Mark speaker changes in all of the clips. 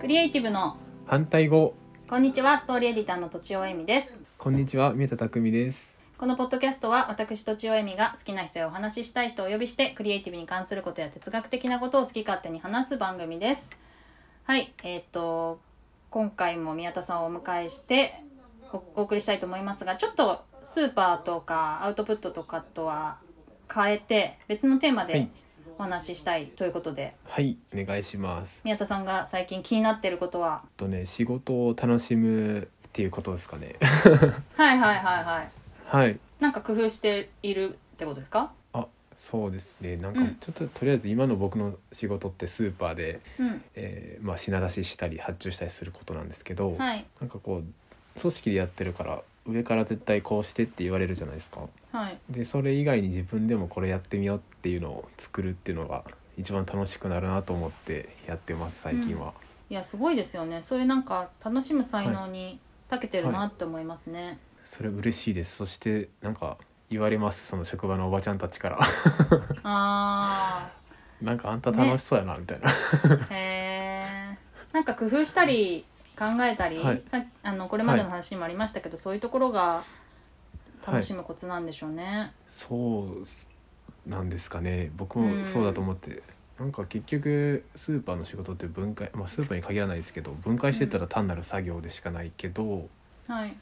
Speaker 1: クリエイティブの
Speaker 2: 反対語
Speaker 1: こんにちはストーリーエディターのとちおえみです
Speaker 2: こんにちは宮田匠です
Speaker 1: このポッドキャストは私とちおえみが好きな人やお話ししたい人をお呼びしてクリエイティブに関することや哲学的なことを好き勝手に話す番組ですはいえーっと今回も宮田さんをお迎えしておお送りしたいと思いますがちょっとスーパーとかアウトプットとかとは変えて別のテーマ
Speaker 2: は
Speaker 1: で
Speaker 2: い
Speaker 1: お話ししたいということで、
Speaker 2: はいお願いします
Speaker 1: 宮田さんが最近気になってることは
Speaker 2: えっとね仕事を楽しむっていうことですかね
Speaker 1: はいはいはいはい
Speaker 2: はい
Speaker 1: なんか工夫しているってことですか
Speaker 2: そうですねなんか
Speaker 1: うん
Speaker 2: ちょっと、とりあえず今の僕の仕事ってスーパーで、
Speaker 1: うん
Speaker 2: えーまあ、品出ししたり発注したりすることなんですけど、
Speaker 1: はい
Speaker 2: なんかこう組織でやってるから上から絶対こうしてって言われるじゃないですか
Speaker 1: はい
Speaker 2: でそれ以外に自分でもこれやってみようっていうのを作るっていうのが一番楽しくなるなと思ってやってます最近は、
Speaker 1: いやすごいですよねそういうなんか楽しむ才能に長けてるなって思いますね、
Speaker 2: それ嬉しいですそしてなんか言われますその職場のおばちゃんたちから
Speaker 1: あ
Speaker 2: なんかあんた楽しそうやなみたいな、
Speaker 1: あへえなんか工夫したり考えたり、
Speaker 2: はい
Speaker 1: さあのこれまでの話にもありましたけど、そういうところが楽しむコツなんでしょうね、
Speaker 2: そうなんですかね僕
Speaker 1: う
Speaker 2: も
Speaker 1: ん
Speaker 2: そうだと思って、なんか結局スーパーの仕事って分解、まあ、スーパーに限らないですけど分解してたら単なる作業でしかないけど、
Speaker 1: はい、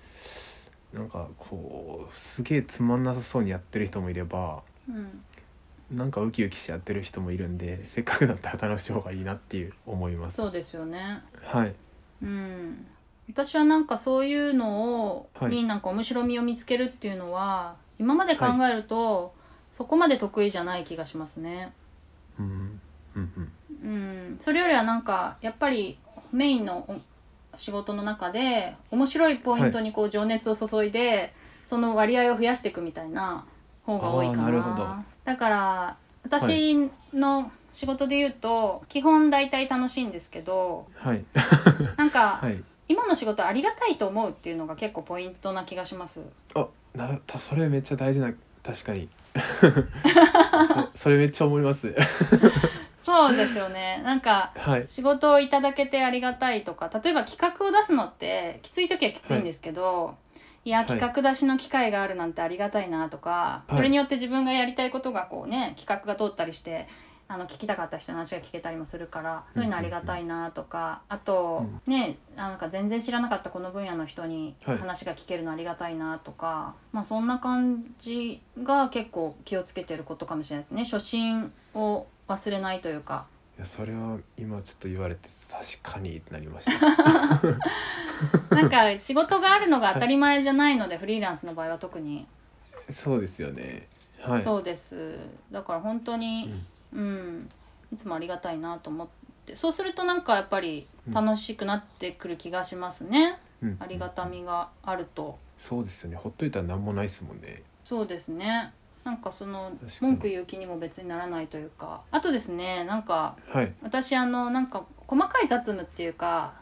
Speaker 2: なんかこうすげえつまんなさそうにやってる人もいれば
Speaker 1: うん、
Speaker 2: なんかウキウキしてやってる人もいるんでせっかくだったら楽しい方がいいなっていう思います
Speaker 1: そうですよね
Speaker 2: はい
Speaker 1: うん私はなんかそういうのを、
Speaker 2: はい
Speaker 1: になんか面白みを見つけるっていうのは今まで考えると、そこまで得意じゃない気がしますね
Speaker 2: うんうん
Speaker 1: う
Speaker 2: うん
Speaker 1: んそれよりはなんかやっぱりメインのお仕事の中で面白いポイントにこう情熱を注いで、その割合を増やしていくみたいな方が多いかな
Speaker 2: あーなるほど
Speaker 1: だから私の仕事で言うと、基本大体楽しいんですけど
Speaker 2: はい
Speaker 1: なんか、
Speaker 2: はい
Speaker 1: 今の仕事ありがたいと思うっていうのが結構ポイントな気がします
Speaker 2: あなたそれめっちゃ大事な確か にそれめっちゃ思います
Speaker 1: そうですよねなんか
Speaker 2: はい
Speaker 1: 仕事をいただけてありがたいとか例えば企画を出すのってきつい時はきついんですけど、い、や
Speaker 2: い
Speaker 1: 企画出しの機会があるなんてありがたいなとか、
Speaker 2: はい
Speaker 1: それによって自分がやりたいことがこうね企画が通ったりしてあの聞きたかった人の話が聞けたりもするからそういうのありがたいなとか、あと、ねあなんか全然知らなかったこの分野の人に
Speaker 2: はい
Speaker 1: 話が聞けるのありがたいなとか、まあそんな感じが結構気をつけてることかもしれないですね初心を忘れないというか。
Speaker 2: いやそれは今ちょっと言われて確かにってなりました
Speaker 1: なんか仕事があるのが当たり前じゃないので、フリーランスの場合は特に、
Speaker 2: そうですよねはい
Speaker 1: そうですだから本当に
Speaker 2: ん
Speaker 1: うん、いつもありがたいなと思ってそうするとなんかやっぱり楽しくなってくる気がしますね、
Speaker 2: うん
Speaker 1: ありがたみがあると
Speaker 2: そうですよねほっといたら何もないですもんね
Speaker 1: そうですねなんかその
Speaker 2: 確かに
Speaker 1: 文句言う気にも別にならないというかあとですねなんか
Speaker 2: はい
Speaker 1: 私あのなんか細かい雑務っていうか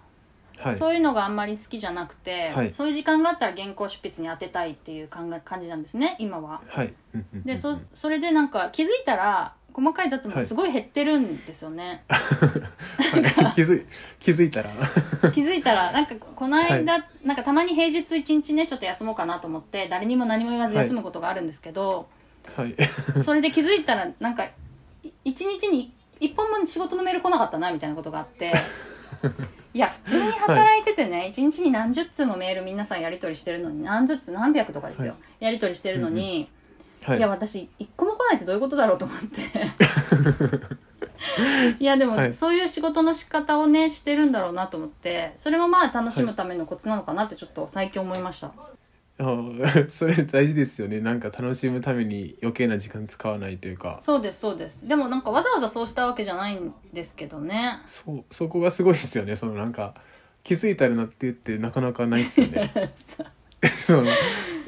Speaker 2: はい
Speaker 1: そういうのがあんまり好きじゃなくて、
Speaker 2: はい
Speaker 1: そういう時間があったら原稿執筆に当てたいっていう考え感じなんですね今は。
Speaker 2: はいうんうんうん
Speaker 1: で
Speaker 2: う
Speaker 1: そ
Speaker 2: ん
Speaker 1: それでなんか気づいたら細かい雑務がすごい減ってるんですよ ね、
Speaker 2: はい 気づい気づいたら
Speaker 1: 気づいたらなんかこの間、なんかたまに平日一日ねちょっと休もうかなと思って誰にも何も言わず休むことがあるんですけ ど、
Speaker 2: はい
Speaker 1: それで気づいたらなんかい一日に一本も仕事のメール来なかったなみたいなことがあって いや普通に働いててね一、日に何十通もメール皆さんやり取りしてるのに何十通何百とかですよ、
Speaker 2: は
Speaker 1: やり取りしてるのに、
Speaker 2: はい
Speaker 1: いや私一個も来ないってどういうことだろうと思っていやでも、
Speaker 2: はい
Speaker 1: そういう仕事の仕方をねしてるんだろうなと思ってそれもまあ楽しむためのコツなのかなってちょっと最近思いました、
Speaker 2: あー それ大事ですよねなんか楽しむために余計な時間使わないというか
Speaker 1: そうですそうですでもなんかわざわざそうしたわけじゃないんですけどね
Speaker 2: そうそこがすごいですよねそのなんか気づいたらなって言ってなかなかないですよね その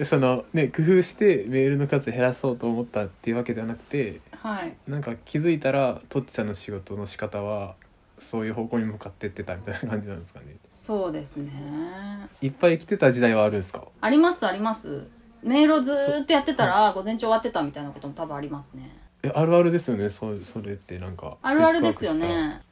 Speaker 2: そのね工夫してメールの数減らそうと思ったっていうわけではなくて
Speaker 1: はい
Speaker 2: なんか気づいたらトッチさんの仕事の仕方はそういう方向に向かってってたみたいな感じなんですかね
Speaker 1: そうですね
Speaker 2: いっぱい来てた時代はあるんですか
Speaker 1: ありますありますメールをずーっとやってたら午前中終わってたみたいなことも多分ありますね
Speaker 2: えあるあるですよねそうそれってなんか
Speaker 1: あるあるですよね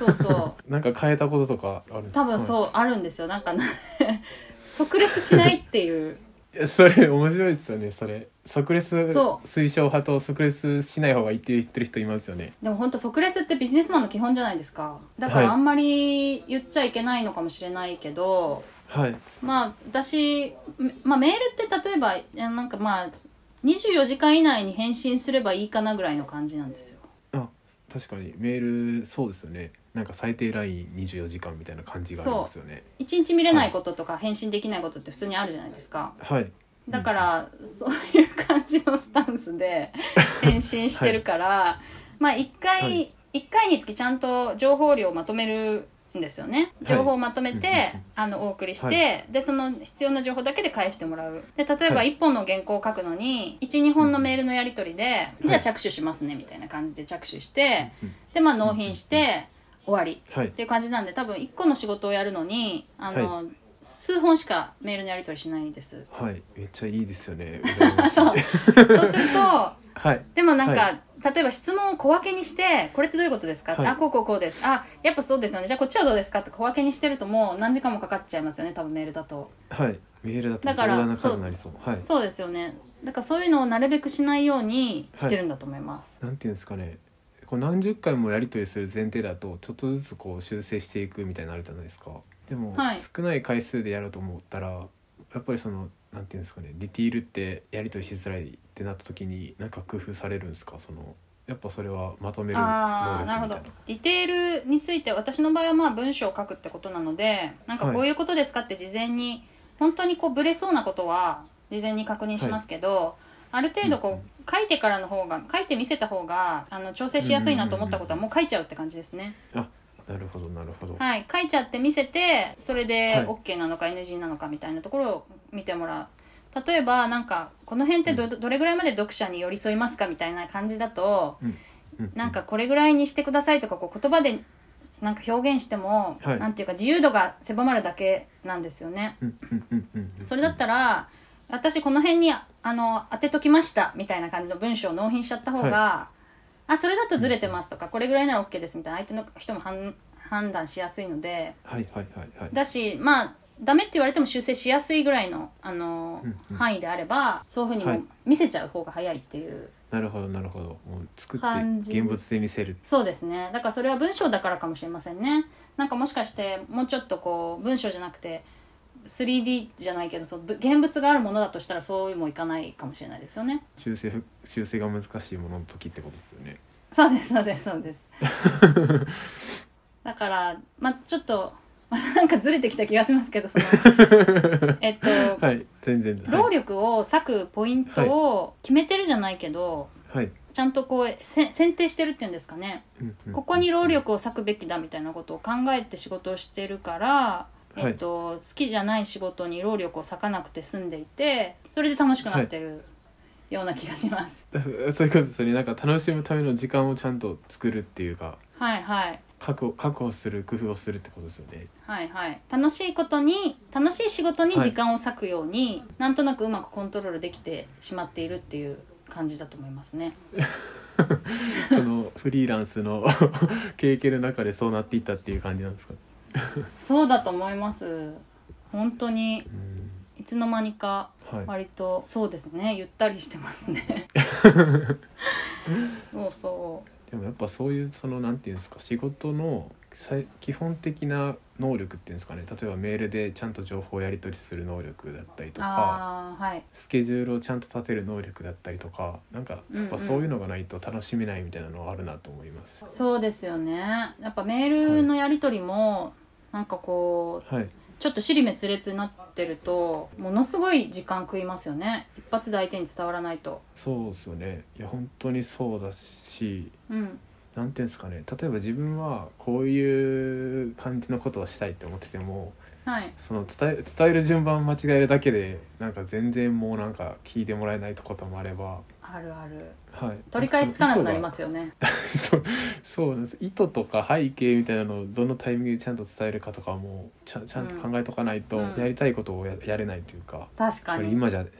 Speaker 1: そう そ
Speaker 2: なんか変えたこととかあるんで
Speaker 1: う
Speaker 2: すか
Speaker 1: 多分
Speaker 2: は
Speaker 1: そう、あるんですよなんかな 即レスしないっていう
Speaker 2: いいやそれ面白いですよねそれ即レス
Speaker 1: そ
Speaker 2: 推奨派と即レスしない方がいいって言ってる人いますよね
Speaker 1: でも本当即レスってビジネスマンの基本じゃないですかだから
Speaker 2: はい
Speaker 1: あんまり言っちゃいけないのかもしれないけど、
Speaker 2: はい
Speaker 1: まあ私、めまあ、メールって例えばいやなんかまあ24時間以内に返信すればいいかなぐらいの感じなんですよ
Speaker 2: あ確かにメールそうですよねなんか最低ライン24時間みたいな感じがありますよね
Speaker 1: 1日見れないこととか返信できないことって普通にあるじゃないですか
Speaker 2: はい
Speaker 1: だから、そういう感じのスタンスで返信してるから、まあ1回、
Speaker 2: はい
Speaker 1: 一回につきちゃんと情報量をまとめるんですよね
Speaker 2: い
Speaker 1: 情報をまとめて、
Speaker 2: うんうんうん
Speaker 1: あのお送りして、
Speaker 2: は
Speaker 1: でその必要な情報だけで返してもらうで例えば
Speaker 2: はい
Speaker 1: 1本の原稿を書くのに12本のメールのやり取りで、
Speaker 2: うん
Speaker 1: じゃあ
Speaker 2: はい
Speaker 1: 着手しますねみたいな感じで着手して
Speaker 2: うん
Speaker 1: でまあ納品して終わり
Speaker 2: はい
Speaker 1: っていう感じなんで多分1個の仕事をやるのにあの、数本しかメールのやり取りしないんです
Speaker 2: はいめっちゃいいです よね羨ましい
Speaker 1: そうそうすると
Speaker 2: はい
Speaker 1: でもなんか、
Speaker 2: は
Speaker 1: 例えば質問を小分けにして「これってどういうことですか
Speaker 2: はい
Speaker 1: あこうこうこうですあやっぱそうですよねじゃあこっちはどうですかって小分けにしてるともう何時間もかかっちゃいますよね多分メールだと、
Speaker 2: はいメールだと
Speaker 1: だから
Speaker 2: 膨大な数になりそうはい
Speaker 1: そうですよねだからそういうのをなるべくしないようにしてるんだと思います、
Speaker 2: なんていうんですかねこう何十回もやり取りする前提だとちょっとずつこう修正していくみたいになるじゃないですかでも、
Speaker 1: はい
Speaker 2: 少ない回数でやろうと思ったらやっぱりそのなんていうんですかねディティールってやり取りしづらいってなった時になんか工夫されるんですかそのやっぱそれはまとめる能
Speaker 1: ああ
Speaker 2: 力み
Speaker 1: なる
Speaker 2: た
Speaker 1: ほ
Speaker 2: い
Speaker 1: ど
Speaker 2: な
Speaker 1: ディテールについて私の場合はまあ文章を書くってことなのでなんか
Speaker 2: はい
Speaker 1: こういうことですかって事前に、本当にこうブレそうなことは事前に確認しますけど、ある程度
Speaker 2: うんう
Speaker 1: こう書いてからの方が書いて見せた方があの調整しやすいなと思ったことはもう書いちゃうって感じですね、
Speaker 2: なるほどなるほど、
Speaker 1: はい書いちゃって見せてそれ
Speaker 2: は
Speaker 1: で
Speaker 2: い
Speaker 1: OK なのか NG なのかみたいなところを見てもらう例えばなんかこの辺ってど,、どれぐらいまで読者に寄り添いますかみたいな感じだと
Speaker 2: うう
Speaker 1: なんかこれぐらいにしてくださいとかこう言葉でなんか表現しても、
Speaker 2: はい
Speaker 1: なんていうか自由度が狭まるだけなんですよね。
Speaker 2: うんうんうんうんうん
Speaker 1: それだったら私この辺にあの当てときましたみたいな感じの文章を納品しちゃった方が、あそれだとずれてますとかこれぐらいなら OK ですみたいな相手の人も判判断しやすいので
Speaker 2: はいはいはいはい
Speaker 1: だしまあダメって言われても修正しやすいぐらいのあの、
Speaker 2: うんうん
Speaker 1: 範囲であればそういうふうにも
Speaker 2: はい
Speaker 1: 見せちゃう方が早いっていう
Speaker 2: なるほどなるほどもう作って
Speaker 1: 感じ
Speaker 2: 現物で見せる
Speaker 1: そうですねだからそれは文章だからかもしれませんねなんかもしかしてもうちょっとこう文章じゃなくて 3D じゃないけどそうぶ現物があるものだとしたらそうもいかないかもしれないですよね
Speaker 2: 修正ふ修正が難しいものの時ってことですよね
Speaker 1: そうですそうですそうですだからまあちょっと、まあ、なんかずれてきた気がしますけどその えっと、
Speaker 2: はい全然はい
Speaker 1: 労力を割くポイントを決めてるじゃないけど、
Speaker 2: はい、
Speaker 1: ちゃんとこうせ選定してるっていうんですかね
Speaker 2: うんうん
Speaker 1: ここに労力を割くべきだみたいなことを考えて仕事をしてるから、
Speaker 2: はい
Speaker 1: えっと、好きじゃない仕事に労力を割かなくて済んでいてそれで楽しくなってるような気がします。
Speaker 2: そういうことですよねなん か楽しむための時間をちゃんと作るっていうか
Speaker 1: はい、はい
Speaker 2: 確保確保する工夫をするってことですよね
Speaker 1: はいはい、楽しいことに楽しい仕事に時間を割くように、なんとなくうまくコントロールできてしまっているっていう感じだと思いますね。
Speaker 2: そのフリーランスの 経験の中でそうなっていったっていう感じなんですか、
Speaker 1: そうだと思います本当に
Speaker 2: うん
Speaker 1: いつの間にか
Speaker 2: はい、
Speaker 1: 割とそうですねゆったりしてます ねそうそ
Speaker 2: でもやっぱそういうそのなんていうんですか仕事の最基本的な能力っていうんですかね例えばメールでちゃんと情報をやり取りする能力だったり
Speaker 1: う
Speaker 2: とか
Speaker 1: ああはい
Speaker 2: スケジュールをちゃんと立てる能力だったりとかなんかやっぱ
Speaker 1: うんうん
Speaker 2: そういうのがないと楽しめないみたいなのはあるなと思います、
Speaker 1: そうですよねやっぱメールのやり取りも、なんかこう
Speaker 2: はい
Speaker 1: ちょっと尻滅裂になってるとものすごい時間食いますよね一発で相手に伝わらないと
Speaker 2: そうですよねいや本当にそうだし
Speaker 1: うん
Speaker 2: なんていうんですかね例えば自分はこういう感じのことをしたいって思ってても
Speaker 1: はい
Speaker 2: その伝え伝える順番を間違えるだけでなんか全然もうなんか聞いてもらえないこともあれば、
Speaker 1: あるある
Speaker 2: はい、
Speaker 1: 取り返しつかなくなりますすよね
Speaker 2: そうそうなんです意図とか背景みたいなのをどのタイミングでちゃんと伝えるかとかもちゃんちゃんと考えとかないと
Speaker 1: うん
Speaker 2: やりたいことをややれないというか、
Speaker 1: 確か
Speaker 2: それ
Speaker 1: に
Speaker 2: 今じゃうん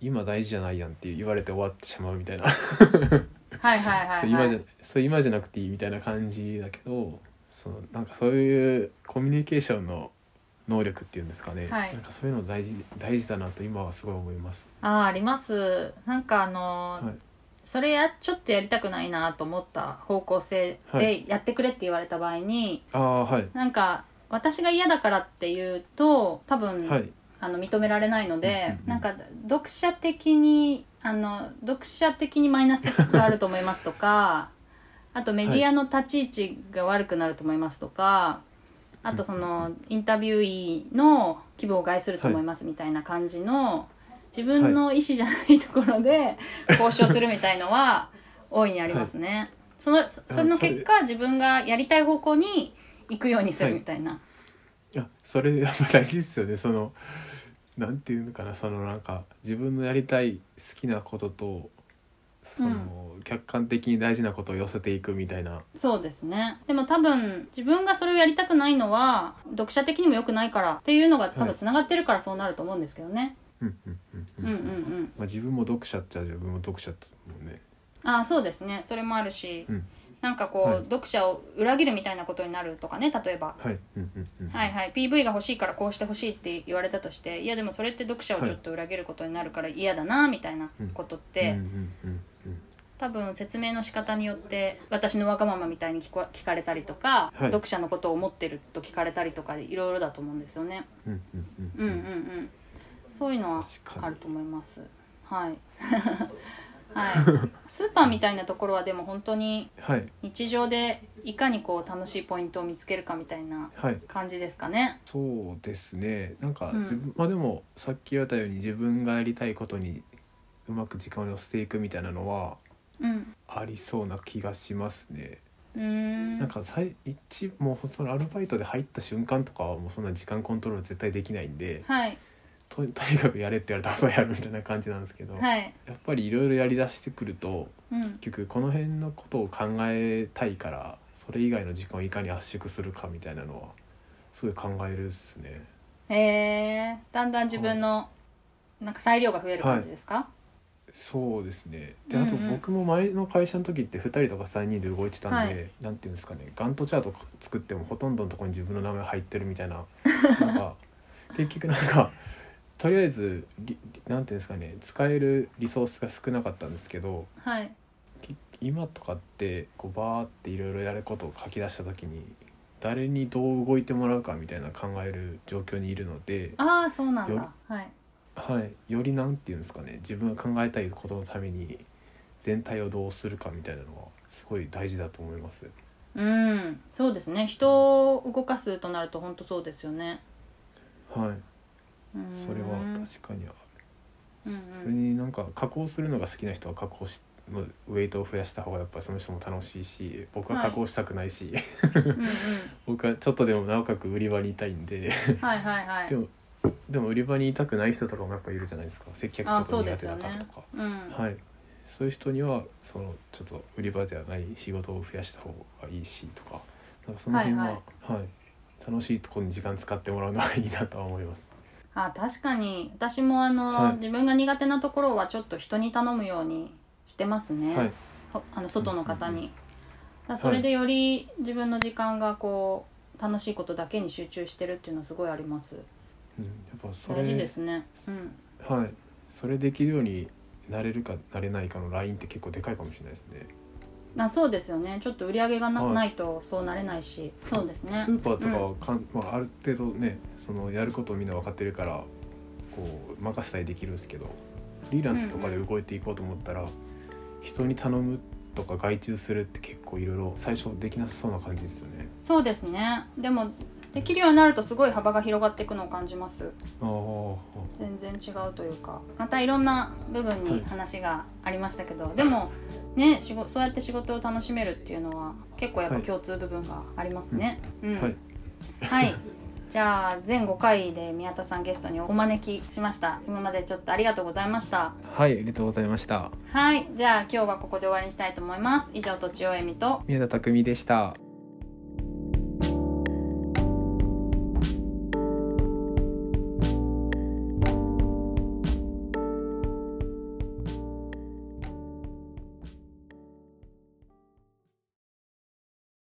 Speaker 2: 今大事じゃないやんって言われて終わってしまうみたいな
Speaker 1: はいはいはい、はい、
Speaker 2: そう今じゃそう今じゃなくていいみたいな感じだけどそのなんかそういうコミュニケーションの能力っていうんですかね、
Speaker 1: はい
Speaker 2: なんかそういうの大事大事だなと今はすごい思います。
Speaker 1: あーありますなんかあのー
Speaker 2: はい
Speaker 1: それやちょっとやりたくないなと思った方向性
Speaker 2: は
Speaker 1: でやってくれって言われた場合に、
Speaker 2: ああはい
Speaker 1: なんか私が嫌だからっていうと多分、
Speaker 2: はい
Speaker 1: あの認められないの
Speaker 2: うん
Speaker 1: で
Speaker 2: うん、うん
Speaker 1: なんか読者的にあの読者的にマイナスがあると思いますとかあとメディアの立ち位置が悪くなると思いますとか、あとそ
Speaker 2: うんうん
Speaker 1: のインタビューイーの気分を害すると思いますみたいな感じの自分の意思じゃないところで交渉するみたいのは大いにありますね。そのそそれの結果自分がやりたい方向に行くようにするみたいな。
Speaker 2: いやそれやっぱ大事ですよねそのなんていうのかなそのなんか自分のやりたい好きなこととその、客観的に大事なことを寄せていくみたいな
Speaker 1: そうですねでも多分自分がそれをやりたくないのは読者的にも良くないからっていうのが多
Speaker 2: は
Speaker 1: 分
Speaker 2: い
Speaker 1: つながってるからそうなると思うんですけどね、
Speaker 2: うんうんうんう
Speaker 1: うん
Speaker 2: ん、
Speaker 1: うんうん
Speaker 2: まあ、自分も読者っちゃ自分も読者っちゃもんね
Speaker 1: ああそうですねそれもあるし、
Speaker 2: うん
Speaker 1: なんかこう、
Speaker 2: はい
Speaker 1: 読者を裏切るみたいなことになるとかね例えば、
Speaker 2: はいうんうんうん
Speaker 1: はいはい PV が欲しいからこうして欲しいって言われたとしていやでもそれって読者をちょっと裏切ることになるから嫌だなみたいなことって、
Speaker 2: うんうんうんうん
Speaker 1: 多分説明の仕方によって私のわがままみたいに聞こ聞かれたりとか、
Speaker 2: はい
Speaker 1: 読者のことを思ってると聞かれたりとかでいろいろだと思うんですよね。
Speaker 2: うんうん
Speaker 1: うんうんうん、そういうのは
Speaker 2: 確
Speaker 1: あ
Speaker 2: か
Speaker 1: る
Speaker 2: に
Speaker 1: と思います。 はい。はい。スーパーみたいなところはでも本当に
Speaker 2: はい
Speaker 1: 日常でいかにこう楽しいポイントを見つけるかみたいな
Speaker 2: はい
Speaker 1: 感じですかね。
Speaker 2: そうですねなんか
Speaker 1: うん
Speaker 2: 自分、まあでもさっき言ったように自分がやりたいことにうまく時間を寄せていくみたいなのは
Speaker 1: うん。
Speaker 2: ありそうな気がしますね。
Speaker 1: うーん。
Speaker 2: なんか最一もうそのアルバイトで入った瞬間とかはもうそんな時間コントロール絶対できないんで
Speaker 1: はい
Speaker 2: と とにかくやれって言われたことはやるみたいな感じなんですけど、や
Speaker 1: はい。
Speaker 2: っぱりいろいろやりだしてくると
Speaker 1: うん。
Speaker 2: 結局この辺のことを考えたいからそれ以外の時間をいかに圧縮するかみたいなのはすごい考えるですね。
Speaker 1: へえー、だんだん自分のなんか裁量が増える感じですか。
Speaker 2: そうですねで
Speaker 1: うんう
Speaker 2: あ
Speaker 1: ん
Speaker 2: と僕も前の会社の時って2人とか3人で動いてたんで、
Speaker 1: はい
Speaker 2: なんていうんですかねガントチャート作ってもほとんどのところに自分の名前入ってるみた いななんか結局なんかとりあえずりなんていうんですかね使えるリソースが少なかったんですけど
Speaker 1: はい。
Speaker 2: き今とかってこうバーっていろいろやることを書き出した時に誰にどう動いてもらうかみたいな考える状況にいるので、
Speaker 1: ああそうなんだ
Speaker 2: よ。
Speaker 1: はい。
Speaker 2: はい、よりなんていうんですかね自分が考えたいことのために全体をどうするかみたいなのはすごい大事だと思います。
Speaker 1: うん、そうですね。人を動かすとなると本当そうですよね。
Speaker 2: はい、
Speaker 1: うーん
Speaker 2: それは確かにあ
Speaker 1: う
Speaker 2: る。
Speaker 1: んうん
Speaker 2: それになんか加工するのが好きな人は加工しのウェイトを増やした方がやっぱりその人も楽しいし僕は加工したくないし、
Speaker 1: うん
Speaker 2: 僕はちょっとでも長く売り場にいたいんで
Speaker 1: うん。はいはいはい。
Speaker 2: でもでも売り場にいたくない人とかもやっぱいるじゃないですか接客ちょ
Speaker 1: あ
Speaker 2: っ
Speaker 1: そ
Speaker 2: と
Speaker 1: うで
Speaker 2: 苦
Speaker 1: す
Speaker 2: 手
Speaker 1: よ
Speaker 2: だから
Speaker 1: ね
Speaker 2: とか、。
Speaker 1: うん。
Speaker 2: はいそういう人にはそのちょっと売り場ではない仕事を増やした方がいいしとかなんかその辺は、
Speaker 1: は
Speaker 2: はいい楽しいところに時間使ってもらうのがいいなとは思います。
Speaker 1: あ確かに私もあの、
Speaker 2: はい
Speaker 1: 自分が苦手なところはちょっと人に頼むようにしてますね。
Speaker 2: はい、
Speaker 1: ほあの外の方
Speaker 2: うんうん
Speaker 1: に。だそれでより自分の時間がこう楽しいことだけに集中してるっていうのはすごいあります。
Speaker 2: うん、やっぱそれ
Speaker 1: 大事ですね。うん。
Speaker 2: はいそれできるようになれるかなれないかのラインって結構でかいかもしれないですね。
Speaker 1: あそうですよね。ちょっと売り上げがな,、
Speaker 2: はい
Speaker 1: ないとそうなれないし、そうですね
Speaker 2: ス。ーパーとかはかん、まあ、ある程度ねそのやることをみんな分かってるからこう任せたりできるんですけどフリーランスとかで動いていこうと思ったら、人に頼むとか外注するって結構いろいろ最初できなさそうな感じですよね。
Speaker 1: そうですねでもできるようになるとすごい幅が広がっていくのを感じます
Speaker 2: ああ
Speaker 1: 全然違うというかまたいろんな部分に話がありましたけど、でもね仕事そうやって仕事を楽しめるっていうのは結構やっぱ
Speaker 2: はい
Speaker 1: 共通部分がありますね、うん
Speaker 2: はい
Speaker 1: はいじゃあ全5回で宮田さんゲストにお招きしました今までちょっとありがとうございました
Speaker 2: はいありがとうございました
Speaker 1: はいじゃあ今日はここで終わりにしたいと思います以上とちおえみと
Speaker 2: 宮田匠でした。